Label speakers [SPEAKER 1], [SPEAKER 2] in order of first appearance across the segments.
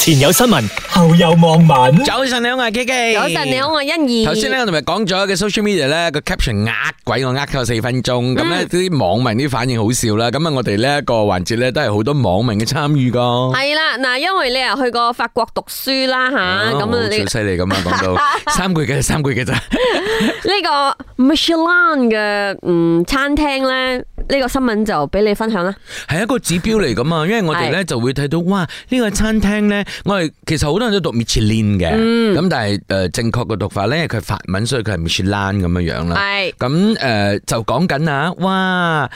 [SPEAKER 1] 前有新聞，後有網民。
[SPEAKER 2] 早晨你好，我係 K K。
[SPEAKER 3] 早晨，你好，。我係欣怡。
[SPEAKER 2] 頭先咧，我同咪講咗嘅 social media 咧個 caption 呃鬼我呃咗四分鐘，咁
[SPEAKER 3] 嗯
[SPEAKER 2] 咧啲網民啲反應好笑啦。咁啊，我哋呢一個環節咧都係好多網民嘅參與噶。
[SPEAKER 3] 係啦，嗱，因為你又去過法國讀書啦吓，咁
[SPEAKER 2] 啊
[SPEAKER 3] 啊你
[SPEAKER 2] 好犀利咁啊，講 到三句嘅，三句嘅咋？
[SPEAKER 3] 呢個 Michelin 嘅嗯餐廳咧，呢個新聞就俾你分享啦。
[SPEAKER 2] 係一個指標嚟噶嘛，因為我哋咧就會睇到哇，呢個餐廳咧，我哋其實好多人都讀 Michelin 嘅，
[SPEAKER 3] 嗯
[SPEAKER 2] 咁但係誒正確嘅讀法咧，佢係法文，所以佢係 Michelin 咁樣樣啦。
[SPEAKER 3] 係
[SPEAKER 2] 咁誒、呃就講緊啊，哇！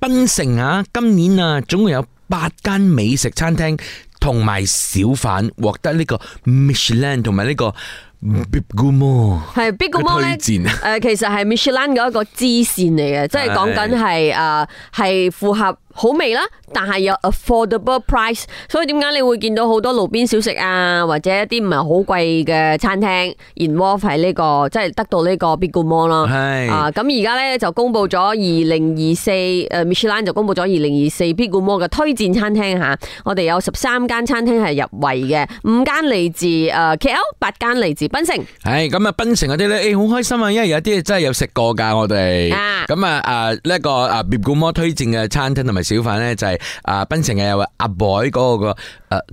[SPEAKER 2] 檳城啊，今年啊，總共有八間美食餐廳同埋小販獲得呢個 Michelin 同埋呢個 Bib g u m o
[SPEAKER 3] 係 Big g o 咧
[SPEAKER 2] 嘅推，薦
[SPEAKER 3] 誒、其實係 Michelin 嘅一個支線嚟嘅，即係講緊係誒係符合好味啦，但係有 affordable price，所以點解你會見到好多路邊小食啊，或者一啲唔係好貴嘅餐廳 involve 喺呢個即係得到呢個 Big g o m o 啦。
[SPEAKER 2] 係
[SPEAKER 3] 啊，咁而家咧就公布咗二零二四，誒 Michelin 就公布咗二零二四 Big g o m o 嘅推薦餐廳嚇，我哋有十三間餐廳係入圍嘅，五間嚟自誒 KL，八間嚟自檳城。
[SPEAKER 2] 系咁啊，檳城嗰啲咧，誒好開心啊，因為有啲真係有食過㗎，我哋
[SPEAKER 3] 啊
[SPEAKER 2] 咁啊啊呢一個啊別古摩推薦嘅餐廳同埋小販咧，就係啊檳城嘅有阿 boy 嗰個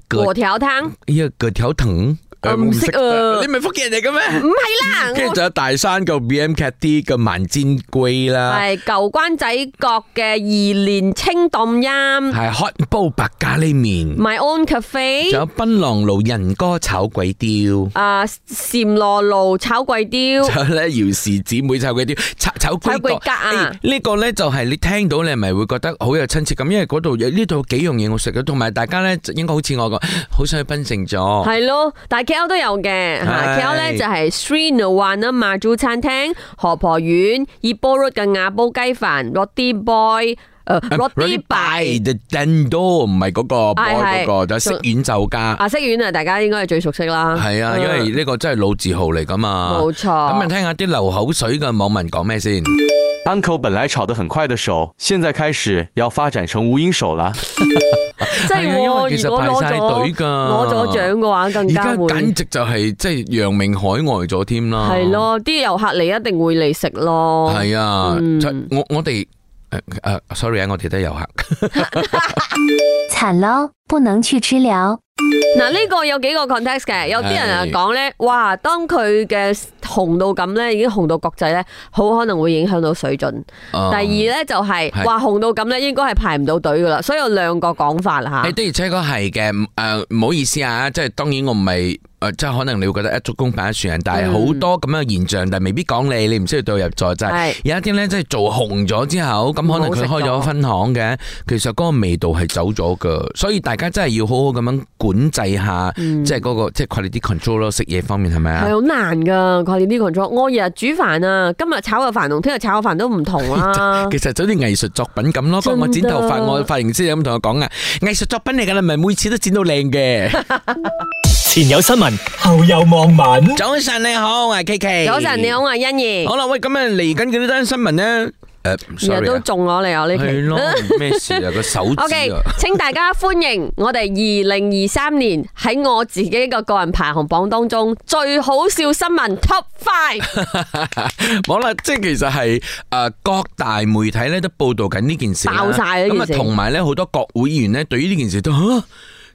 [SPEAKER 2] 個誒
[SPEAKER 3] 和條湯
[SPEAKER 2] 呢個腳條藤，
[SPEAKER 3] 我唔識啊
[SPEAKER 2] 你唔係福建人嚟嘅咩？
[SPEAKER 3] 唔係啦，
[SPEAKER 2] 跟住
[SPEAKER 3] 我
[SPEAKER 2] 仲有大山個 B M Cat D 嘅萬煎龜啦，
[SPEAKER 3] 係舊關仔角嘅怡蓮清燉音，
[SPEAKER 2] 係 hot 煲白咖喱麵，
[SPEAKER 3] My Own
[SPEAKER 2] 仲
[SPEAKER 3] Cafe，
[SPEAKER 2] 有檳榔爐人哥炒鬼雕。
[SPEAKER 3] 啊蟬螺爐炒貴雕，
[SPEAKER 2] 就咧姚氏姊妹炒鬼雕，炒炒龜
[SPEAKER 3] 炒龜
[SPEAKER 2] 角
[SPEAKER 3] 甲啊
[SPEAKER 2] 哎呢個咧就係你聽到你係咪會覺得好有親切感？因為嗰度有呢度有幾樣嘢我食咗，同埋大家咧應該好似我咁，好想去檳城咗。
[SPEAKER 3] 係咯，但係 KL 都有嘅嚇
[SPEAKER 2] 係
[SPEAKER 3] ，KL 咧就係 Sri Nawana Maju 餐廳、河婆苑、熱波 road 嘅瓦煲雞飯、Roti Boy，誒
[SPEAKER 2] 啊
[SPEAKER 3] Roti
[SPEAKER 2] by
[SPEAKER 3] Bai。
[SPEAKER 2] the Dando 唔係嗰個 boy
[SPEAKER 3] 係係
[SPEAKER 2] 嗰個，就係飾演奏家。
[SPEAKER 3] 啊，色苑啊，大家應該係最熟悉啦。嗯
[SPEAKER 2] 係啊，因為呢個真係老字號嚟噶嘛。
[SPEAKER 3] 冇錯
[SPEAKER 2] 咁啊，聽下啲流口水嘅網民講咩先。
[SPEAKER 4] Uncle 本来炒得很快的手，现在开始要发展成无影手了。
[SPEAKER 3] 即係
[SPEAKER 2] 係啊因
[SPEAKER 3] 我
[SPEAKER 2] 為其實
[SPEAKER 3] 如果攞
[SPEAKER 2] 排晒
[SPEAKER 3] 咗
[SPEAKER 2] 隊㗎
[SPEAKER 3] 攞咗獎嘅話，更
[SPEAKER 2] 而
[SPEAKER 3] 加
[SPEAKER 2] 家
[SPEAKER 3] 會。
[SPEAKER 2] 簡直就係即係揚名海外咗添啦。
[SPEAKER 3] 系。咯，啲遊客嚟一定會嚟食咯。
[SPEAKER 2] 係啊，
[SPEAKER 3] 嗯
[SPEAKER 2] 就我我哋誒誒，sorry 啊，我哋都有客。
[SPEAKER 5] 惨喽，不能去治疗。
[SPEAKER 3] 嗱，呢個有幾個 context 嘅，有啲人啊
[SPEAKER 2] 係
[SPEAKER 3] 講咧，哇，當佢嘅紅到咁咧，已經紅到國際咧，好可能會影響到水準。
[SPEAKER 2] 哦
[SPEAKER 3] 第二咧就係
[SPEAKER 2] 係
[SPEAKER 3] 話紅到咁咧，應該係排唔到隊噶啦，所以有兩個講法
[SPEAKER 2] 係
[SPEAKER 3] 啦吓。
[SPEAKER 2] 的而且確係嘅，誒、唔好意思啊，即係當然我唔係誒，即係可能你會覺得一竹公辦一船人，但係好多咁樣嘅現象，但係未必講你，你唔需要對號入座，就係、
[SPEAKER 3] 係
[SPEAKER 2] 有一啲咧，即係做紅咗之後，咁可能佢開咗分行嘅，其實嗰個味道係走咗嘅，所以大家真係要好好咁樣管制下，即係嗰、個即係 quality control 咯，食嘢方面係咪啊。
[SPEAKER 3] 嗯係？好難噶，佢點啲 control？我日日煮飯啊，今日炒嘅飯同聽日炒嘅飯都唔同啦
[SPEAKER 2] 其實就好似藝術作品咁咯，不過我
[SPEAKER 3] 真
[SPEAKER 2] 剪頭髮，
[SPEAKER 3] 㗎
[SPEAKER 2] 我髮型師咁同我講啊，藝術作品嚟㗎啦，咪每次都剪到靚嘅。
[SPEAKER 1] 前有新聞，後有網民。
[SPEAKER 2] 早晨你好，我係 K K。
[SPEAKER 3] 早晨，你好，我係欣怡，
[SPEAKER 2] 好啦，喂，咁啊嚟緊嘅呢單新聞咧，诶
[SPEAKER 3] 日日
[SPEAKER 2] ，sorry
[SPEAKER 3] 都
[SPEAKER 2] 啊，
[SPEAKER 3] 中我嚟啊呢期。
[SPEAKER 2] 係咯，咩事啊？個手
[SPEAKER 3] O
[SPEAKER 2] 指
[SPEAKER 3] K，
[SPEAKER 2] 啊，
[SPEAKER 3] 請大家歡迎我哋二零二三年喺我自己個個人排行榜當中最好笑新聞 Top Five。
[SPEAKER 2] 冇啦，即係其實係诶各大媒體咧都報導緊呢件事啦，
[SPEAKER 3] 爆晒呢
[SPEAKER 2] 咁
[SPEAKER 3] 件
[SPEAKER 2] 啊
[SPEAKER 3] 事
[SPEAKER 2] 同埋咧好多國會議員咧對於呢件事都吓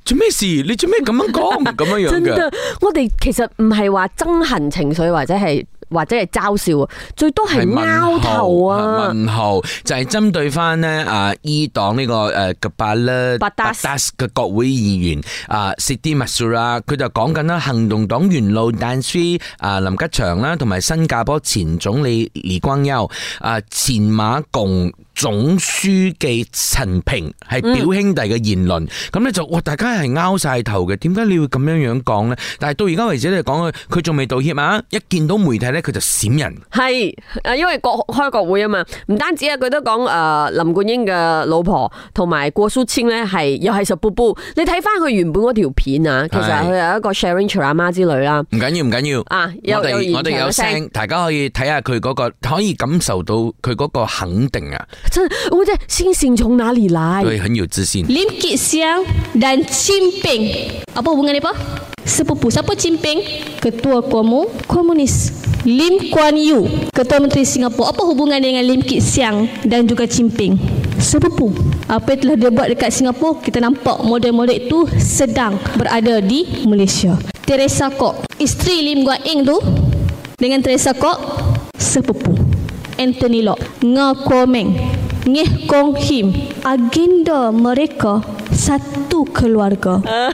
[SPEAKER 2] 做咩事？你做咩咁樣講咁樣樣
[SPEAKER 3] 真
[SPEAKER 2] 嘅？
[SPEAKER 3] 嘅，我哋其實唔係話憎恨情緒或者係或者係嘲笑啊，最多係拗頭啊。
[SPEAKER 2] 問號就係針對翻咧啊伊黨呢個誒嘅巴勒
[SPEAKER 3] Batas
[SPEAKER 2] 嘅國會議員啊 Siti Masura，佢就講緊啦，行動黨元老但書啊林吉祥啦，同埋新加坡前總理李光耀啊前馬共。總書記陳平係
[SPEAKER 3] 嗯
[SPEAKER 2] 表兄弟嘅言論，咁咧、就哇大家係拗晒頭嘅，點解你會咁樣樣講呢？但係到而家為止你講佢，佢仲未道歉啊！一見到媒體呢，佢就閃人。
[SPEAKER 3] 係啊，因為國開國會啊嘛，唔單止啊，佢都講誒、呃林冠英嘅老婆同埋郭淑清咧係又係十布布。你睇翻佢原本嗰條片啊，其實
[SPEAKER 2] 係
[SPEAKER 3] 佢有一個 Sharing c h a r a m a 之類啦。
[SPEAKER 2] 唔緊要，唔緊要。
[SPEAKER 3] 啊有
[SPEAKER 2] 我
[SPEAKER 3] 有現
[SPEAKER 2] 哋
[SPEAKER 3] 場
[SPEAKER 2] 我哋有
[SPEAKER 3] 嘅聲
[SPEAKER 2] 聲，大家可以睇下佢嗰個，可以感受到佢嗰個肯定啊！
[SPEAKER 3] 真的，我在星星从哪里来？
[SPEAKER 2] 对，很有自信。
[SPEAKER 6] Lim Kit Siang dan Cimping. Apa hubungan mereka? Sepupu. Siapa Cimping? Ketua Kuomo Komunis. Lim Kuan Yew, Ketua Menteri Singapura. Apa hubungan dengan Lim Kit Siang dan juga Cimping? Sepupu. Apa yang telah dia buat dekat Singapura, kita nampak model-model itu sedang berada di Malaysia. Teresa Kok, isteri Lim Guan Eng tu dengan Teresa Kok, sepupu. Anthony Lok, Nga Kuo Meng, Ngeh Kong Him. Agenda mereka satu keluarga.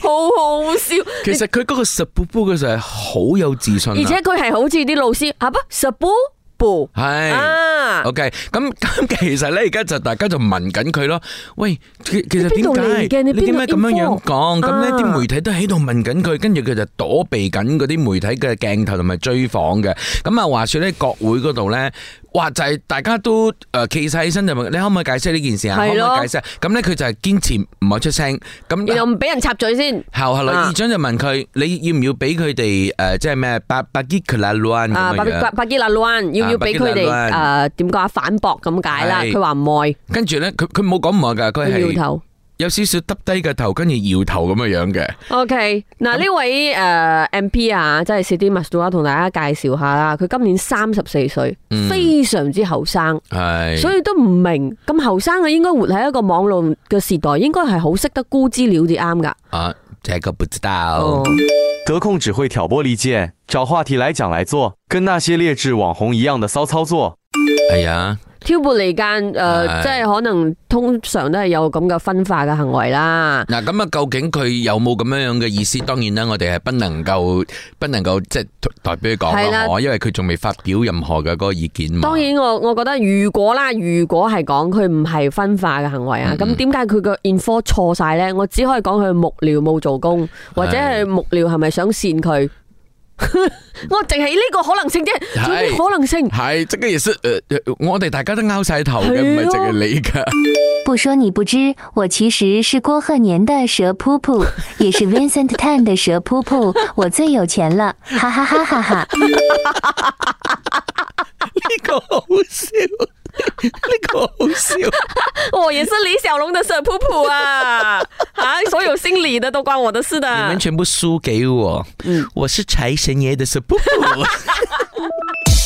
[SPEAKER 3] 好好笑，
[SPEAKER 2] 其實佢嗰個 s u b 嘅就係好有自信啊，
[SPEAKER 3] 而且佢係好似啲老師啊，不 s u b 部
[SPEAKER 2] 係
[SPEAKER 3] 啊
[SPEAKER 2] OK，咁 咁其實咧，而家就大家就問緊佢咯。喂，其其實
[SPEAKER 3] 你邊度嚟
[SPEAKER 2] 點解
[SPEAKER 3] 嘅你邊度
[SPEAKER 2] 你點解咁樣樣
[SPEAKER 3] info？
[SPEAKER 2] 講？咁呢
[SPEAKER 3] 啊
[SPEAKER 2] 啲媒體都喺度問緊佢，跟住佢就躲避緊嗰啲媒體嘅鏡頭同埋追訪嘅。咁啊，話説咧，國會嗰度咧。哇！就係、大家都誒企晒起身就問你可唔可以解釋呢件事啊？可唔可
[SPEAKER 3] 係咯
[SPEAKER 2] 以解釋？咁咧佢就係堅持唔好出聲。咁
[SPEAKER 3] 然後唔俾人插嘴先。
[SPEAKER 2] 後後來
[SPEAKER 3] 啊
[SPEAKER 2] 議長就問佢：你要唔要俾佢哋誒即係咩百百幾 k i l o 咁
[SPEAKER 3] 啊，白
[SPEAKER 2] 樣樣？
[SPEAKER 3] 白基拉安要唔要俾佢哋
[SPEAKER 2] 啊白基拉
[SPEAKER 3] 誒點講啊反駁咁解啦？
[SPEAKER 2] 係
[SPEAKER 3] 佢話唔愛，
[SPEAKER 2] 跟住咧，佢佢冇講唔話㗎，佢
[SPEAKER 3] 佢
[SPEAKER 2] 係
[SPEAKER 3] 搖。頭。
[SPEAKER 2] 有少少耷低個頭，跟住搖頭咁樣樣嘅。
[SPEAKER 3] OK，嗱呢位誒 MP 啊，即係 Siti m a s t u a 同大家介紹下啦。佢今年三十四歲，
[SPEAKER 2] Ừ.
[SPEAKER 3] 非常之後生，
[SPEAKER 2] 嗯係，
[SPEAKER 3] 所以都唔明咁後生嘅應該活喺一個網絡嘅時代，應該係好識得估資料至啱㗎。
[SPEAKER 2] 啊，這個不知道。
[SPEAKER 3] 哦
[SPEAKER 4] 得控只会挑拨离间，找话题来讲来做，跟那些劣质网红一样的骚操作。
[SPEAKER 2] 係啊，
[SPEAKER 3] 挑撥離間，誒、
[SPEAKER 2] 係
[SPEAKER 3] 即係可能通常都係有咁嘅分化嘅行為啦。
[SPEAKER 2] 嗱咁啊，究竟佢有冇咁樣樣嘅意思？當然啦，我哋係不能夠不能夠即係代表佢
[SPEAKER 3] 係
[SPEAKER 2] 講啦，
[SPEAKER 3] 啦
[SPEAKER 2] 我因為佢仲未發表任何嘅嗰個意見嘛。
[SPEAKER 3] 當然我，我覺得如果啦，如果係講佢唔係分化嘅行為
[SPEAKER 2] 嗯
[SPEAKER 3] 啊，咁點解佢個 info 錯晒呢？我只可以講佢幕僚冇做工，或者係幕僚係咪想扇佢？ 我淨係呢個可能性啫，
[SPEAKER 2] 係
[SPEAKER 3] 仲有啲可能性。
[SPEAKER 2] 係，即係意思，呃呃我哋大家都拗晒頭嘅，唔係
[SPEAKER 3] 係咯
[SPEAKER 2] 淨係你 㗎。
[SPEAKER 5] 不说你不知，我其实是郭鹤年的蛇扑扑，也是 Vincent Tan 的蛇扑扑，我最有钱了，哈哈哈哈哈！
[SPEAKER 2] 呢個好笑，呢個好笑。
[SPEAKER 3] 我哦也是李小龍的小噗噗 啊！啊，所有姓李的都關我的事的。
[SPEAKER 2] 你们全部输给我，
[SPEAKER 3] 嗯
[SPEAKER 2] 我是财神爷的 s u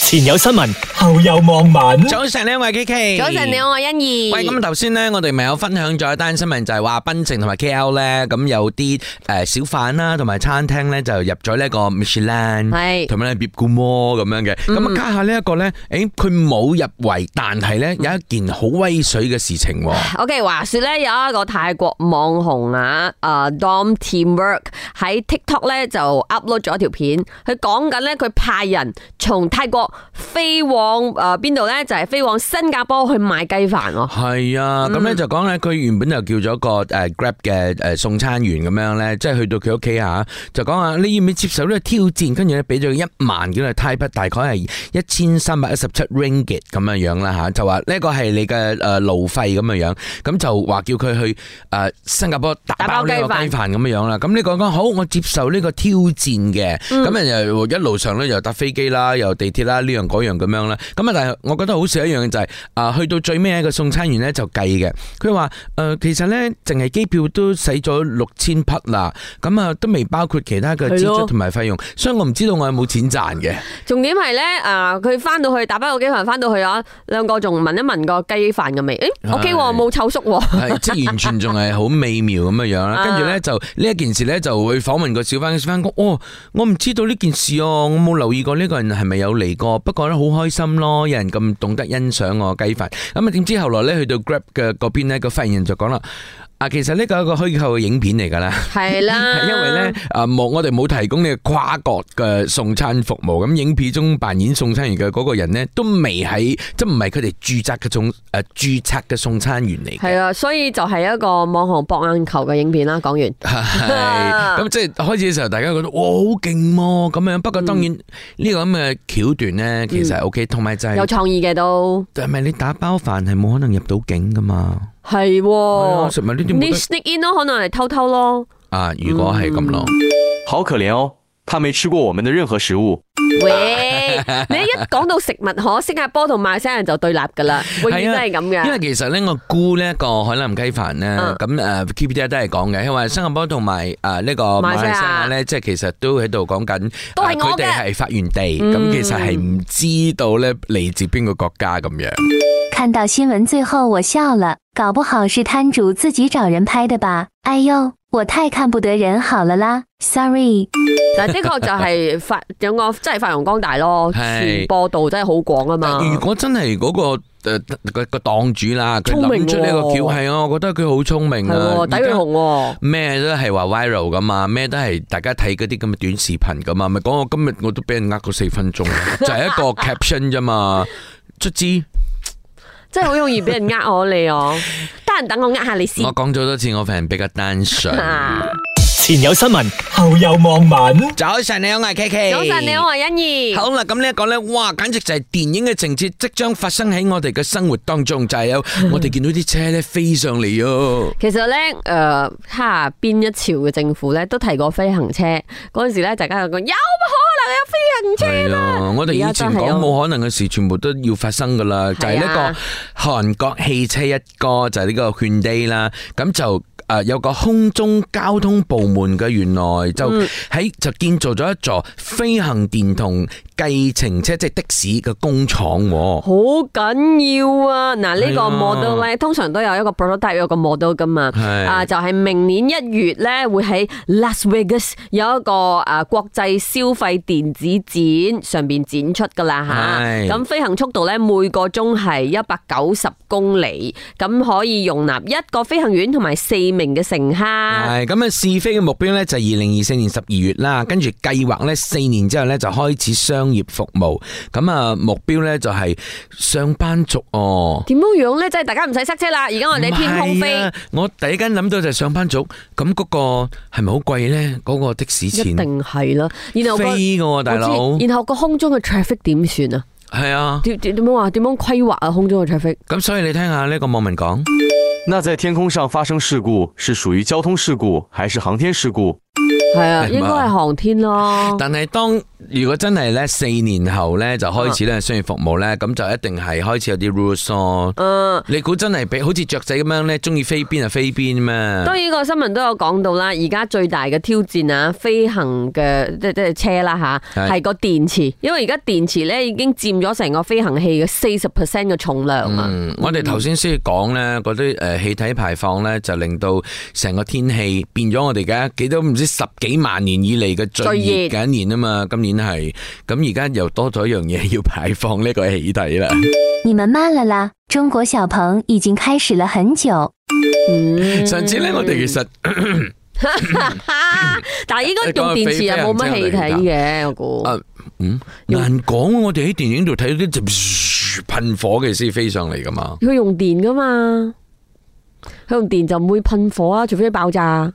[SPEAKER 1] 前有新聞，後有網民。
[SPEAKER 2] 早晨呢位 K K，
[SPEAKER 3] 早晨，你好，我係欣怡。
[SPEAKER 2] 喂，咁頭先咧，我哋咪有分享咗一單新聞，就係話檳城同埋 KL 咧，咁有啲誒小販啦，同埋餐廳咧就入咗呢一個 Michelin，
[SPEAKER 3] 係
[SPEAKER 2] 同埋咧 b i b g u m o 咁樣嘅。咁啊加下呢一個咧，誒佢冇入圍，但係咧有一件好威水嘅事情喎。
[SPEAKER 3] OK，話說咧有一個泰國網紅啊，啊 Dom Teamwork 喺 TikTok 咧就 upload 咗一條片，佢講緊咧佢派人從泰國飛往誒邊度咧，就係、飛往新加坡去買雞飯喎。
[SPEAKER 2] 係啊，咁咧就講咧，佢原本就叫咗個誒 Grab 嘅誒送餐員咁樣咧，即係去到佢屋企啊，就講啊，你要唔要接受呢個挑戰？跟住咧俾咗一萬幾嘅泰幣，大概係一千三百一十七 ringgit 咁樣樣啦吓，就話呢個係你嘅誒路費咁樣樣，咁就話叫佢去誒新加坡打包呢個雞飯咁樣樣啦。咁你講講好，我接受呢個挑戰嘅，咁啊又一路上咧又搭飛機啦，又地鐵啦，呢樣嗰樣咁樣啦。咁啊，但係我覺得好笑一樣嘅就係、啊，去到最尾一個送餐員咧就計嘅，佢話誒其實咧淨係機票都使咗六千匹啦，咁啊都未包括其他嘅支
[SPEAKER 3] 係
[SPEAKER 2] 出
[SPEAKER 3] 咯
[SPEAKER 2] 同埋費用，所以我唔知道我有冇錢賺嘅。
[SPEAKER 3] 重點係咧，誒啊佢翻到去打包個雞飯翻到去啊，兩個仲聞一聞個雞飯嘅味，
[SPEAKER 2] 係
[SPEAKER 3] 誒 OK 喎，冇臭 叔喎。
[SPEAKER 2] 係即係完全仲係好美妙咁嘅樣啦。
[SPEAKER 3] 啊
[SPEAKER 2] 跟住咧就呢一件事咧就會訪問個小番小番講，哦，我唔知道呢件事哦，我冇留意過呢個人係咪有嚟過。不過咧好開心咯，有人咁懂得欣賞我雞飯。咁啊點知後來咧去到 Grab 嘅嗰邊咧個發言人就講啦。啊，其實呢個係一個虛構嘅影片嚟㗎啦，
[SPEAKER 3] 係 啦，
[SPEAKER 2] 因為咧，啊冇我哋冇提供呢個跨國嘅送餐服務，咁影片中扮演送餐員嘅嗰個人咧，都未喺，即係唔係佢哋註冊嘅送誒註冊嘅送餐員嚟嘅。
[SPEAKER 3] 係啊，所以就係一個網紅博眼球嘅影片啦。講完。
[SPEAKER 2] 系，
[SPEAKER 3] 啊
[SPEAKER 2] 咁即係開始嘅時候，大家覺得哇好勁喎咁樣。不過當然
[SPEAKER 3] 嗯
[SPEAKER 2] 呢個咁嘅橋段咧，其實係 O K，同埋就
[SPEAKER 3] 有
[SPEAKER 2] 係
[SPEAKER 3] 創意嘅都
[SPEAKER 2] 係咪你打包飯係冇可能入到境噶嘛？
[SPEAKER 3] 係
[SPEAKER 2] 係啊
[SPEAKER 3] 喎，
[SPEAKER 2] 食物呢啲冇
[SPEAKER 3] 哦你
[SPEAKER 2] 得
[SPEAKER 3] sneak in 咯，可能係偷偷咯。嗯
[SPEAKER 2] 啊，如果係咁咯，
[SPEAKER 4] 好可怜哦，他没吃过我们的任何食物。
[SPEAKER 3] 喂，你一講到食物，可新加坡同馬來西亞人就對立㗎啦，永遠都係咁
[SPEAKER 2] 啊因為
[SPEAKER 3] 嘅。
[SPEAKER 2] 其實咧，我估呢個海南雞飯咧，
[SPEAKER 3] 嗯
[SPEAKER 2] 咁啊誒 KPD 都係講嘅，因為新加坡同埋誒呢個馬來西亞咧，即係其實都喺度講緊，
[SPEAKER 3] 都係
[SPEAKER 2] 呃
[SPEAKER 3] 我
[SPEAKER 2] 佢
[SPEAKER 3] 嘅嗯
[SPEAKER 2] 哋係發源地，咁其實係唔知道咧嚟自邊個國家咁樣。
[SPEAKER 5] 看到新闻最后我笑了，搞不好是摊主自己找人拍的吧？哎呦，我太看不得人好了啦，sorry。
[SPEAKER 3] 但的確就係發有個真係發揚光大咯，
[SPEAKER 2] 係
[SPEAKER 3] 傳播度真係好廣啊嘛。
[SPEAKER 2] 如果真係嗰個誒個個檔主啦，佢
[SPEAKER 3] 聰明
[SPEAKER 2] 諗出呢個
[SPEAKER 3] 喎
[SPEAKER 2] 橋係啊，我覺得佢好聰明
[SPEAKER 3] 係
[SPEAKER 2] 啊
[SPEAKER 3] 喎，，抵佢紅喎。
[SPEAKER 2] 咩都係話 viral 噶嘛，咩都係大家睇嗰啲咁嘅短視頻噶嘛，咪講我今日我都俾人呃過四 分鐘，就係一個 caption 啫嘛。卒之，
[SPEAKER 3] 真係好容易俾人呃我你 哦，得閒等我呃下你先
[SPEAKER 2] 我。講咗多次，我份人比較單純。
[SPEAKER 1] 前有新聞，後有望文。
[SPEAKER 2] 早晨你好，我係 K K。
[SPEAKER 3] 早晨，你好，。我係欣怡。
[SPEAKER 2] 好啦，咁呢一個咧，哇，簡直就係電影嘅情節，即將發生喺我哋嘅生活當中，就係、有我哋見到啲車咧飛上嚟哦。
[SPEAKER 3] 其實咧，诶、哈邊一朝嘅政府咧都提過飛行車嗰阵时咧，大家就講有乜可能有飛行
[SPEAKER 2] 係
[SPEAKER 3] 車啦？
[SPEAKER 2] 啊，我哋以前
[SPEAKER 3] 而家真係
[SPEAKER 2] 講
[SPEAKER 3] 有
[SPEAKER 2] 冇可能嘅事，全部都要發生噶啦。就係
[SPEAKER 3] 係
[SPEAKER 2] 呢
[SPEAKER 3] 啊
[SPEAKER 2] 個韓國汽車一哥，就係呢個 Hyundai 啦。咁就誒有個空中交通部門嘅，原來就
[SPEAKER 3] 嗯
[SPEAKER 2] 喺就建造咗一座飛行電動計程車，即係的士嘅工廠喎。
[SPEAKER 3] 好緊要啊！嗱，呢
[SPEAKER 2] 係啊
[SPEAKER 3] 個 model 咧，通常都有一個 prototype，有個 model 噶嘛。
[SPEAKER 2] 係
[SPEAKER 3] 啊，就係明年一月咧，會喺 Las Vegas 有一個啊國際消費電子展上邊展出噶啦
[SPEAKER 2] 係
[SPEAKER 3] 吓。咁飛行速度咧，每個鐘係一百九十公里，咁可以容納一個飛行員同埋四名嘅乘客。
[SPEAKER 2] 系咁啊！試飛嘅目標呢就係二零二四年十二月啦，跟住計劃呢四年之後呢就開始商業服務。咁啊，目標呢就係上班族哦。
[SPEAKER 3] 點樣樣咧？即係大家唔使塞車啦，而家我哋天空
[SPEAKER 2] 唔係
[SPEAKER 3] 飛
[SPEAKER 2] 啊。我第一間諗到就係上班族，咁嗰個係咪好貴呢？嗰、個的士
[SPEAKER 3] 一
[SPEAKER 2] 錢
[SPEAKER 3] 定係啦，然後個
[SPEAKER 2] 飛嘅喎，大佬
[SPEAKER 3] 我知然後個空中嘅 traffic 點算啊？
[SPEAKER 2] 係啊。
[SPEAKER 3] 點點點樣話？點樣規劃啊？空中嘅 traffic
[SPEAKER 2] 咁所以你聽下呢個網民講，
[SPEAKER 4] 那在天空上发生事故是属于交通事故还是航天事故？
[SPEAKER 3] 係 啊，
[SPEAKER 2] 係
[SPEAKER 3] 應該係航天咯。
[SPEAKER 2] 但係當如果真係呢四年後呢，就開始呢商業服務呢，咁就一定係開始有啲 rules 咯。
[SPEAKER 3] 嗯，
[SPEAKER 2] 你估真係俾好似雀仔咁樣呢，中意飛邊就飛邊咩？
[SPEAKER 3] 當然個新聞都有講到啦。而家最大嘅挑戰啊，飛行嘅即即係車啦吓，
[SPEAKER 2] 係
[SPEAKER 3] 係個電池，因為而家電池咧已經佔咗成個飛行器嘅四十 percent 嘅重量啊。
[SPEAKER 2] 嗯，我哋頭先先講呢嗰啲誒氣體排放呢，就令到成個天氣變咗我哋而家幾多唔知十幾萬年以嚟嘅最
[SPEAKER 3] 最熱
[SPEAKER 2] 熱嘅一年啊嘛，今年係咁而家又多咗一樣嘢要排放呢個氣體啦。
[SPEAKER 5] 你们慢了啦，中国小鹏已经开始了很久。
[SPEAKER 3] 嗯
[SPEAKER 2] 上次呢，我哋其實
[SPEAKER 3] 但係應該用電池又冇乜氣體嘅，我估。
[SPEAKER 2] 啊嗯難講，我哋喺電影度睇到啲就噴火嘅先飛上嚟噶嘛。
[SPEAKER 3] 佢用電噶嘛，佢用電就唔會噴火啊，除非爆炸。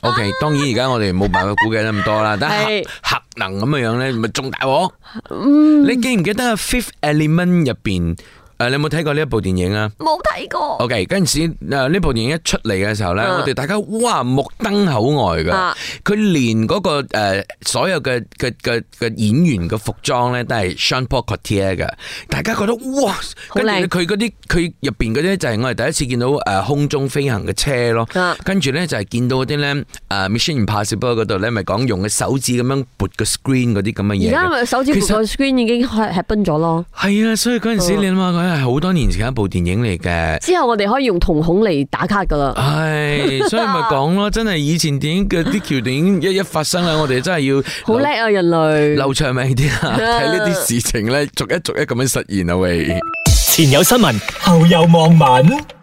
[SPEAKER 2] OK，當然而家我哋冇辦法估計得咁多啦，但係
[SPEAKER 3] 係
[SPEAKER 2] 核核能咁樣樣咧，咪仲大鑊？你記唔記得啊《Fifth Element》入邊？誒，你有冇睇過呢一部電影啊
[SPEAKER 3] 冇睇過。
[SPEAKER 2] ？OK，嗰陣時誒呢部電影一出嚟嘅時候咧，
[SPEAKER 3] 嗯
[SPEAKER 2] 我哋大家哇目瞪口呆㗎
[SPEAKER 3] 啊。
[SPEAKER 2] 佢連嗰個誒所有嘅嘅嘅嘅演員嘅服裝咧，都係 Sean Paul Cotier 嘅，大家覺得哇，跟住
[SPEAKER 3] 靚
[SPEAKER 2] 佢嗰啲佢入邊嗰啲就係我哋第一次見到誒空中飛行嘅車咯。
[SPEAKER 3] 啊
[SPEAKER 2] 跟住咧就係見到嗰啲咧，誒 Mission Impossible 嗰度咧，咪講用嘅手指咁樣撥個 screen 嗰啲咁嘅
[SPEAKER 3] 而
[SPEAKER 2] 嘢
[SPEAKER 3] 家
[SPEAKER 2] 嘅。
[SPEAKER 3] 咪手指
[SPEAKER 2] 其
[SPEAKER 3] 盤
[SPEAKER 2] 實
[SPEAKER 3] 個 screen 已經係係崩咗咯，
[SPEAKER 2] 係啊，所以嗰陣時
[SPEAKER 3] 嗯
[SPEAKER 2] 你諗下，佢係好多年前一部電影嚟嘅。
[SPEAKER 3] 之後我哋可以用瞳孔嚟打卡噶啦。
[SPEAKER 2] 唉， 所以咪講咯，真係以前電影嘅啲橋段已經一一發生啦，我哋真係要
[SPEAKER 3] 好叻啊，人類！
[SPEAKER 2] 留長命啲啊，睇呢啲事情咧，逐一逐一咁樣實現啊喂。
[SPEAKER 1] 前有新聞，後有望文。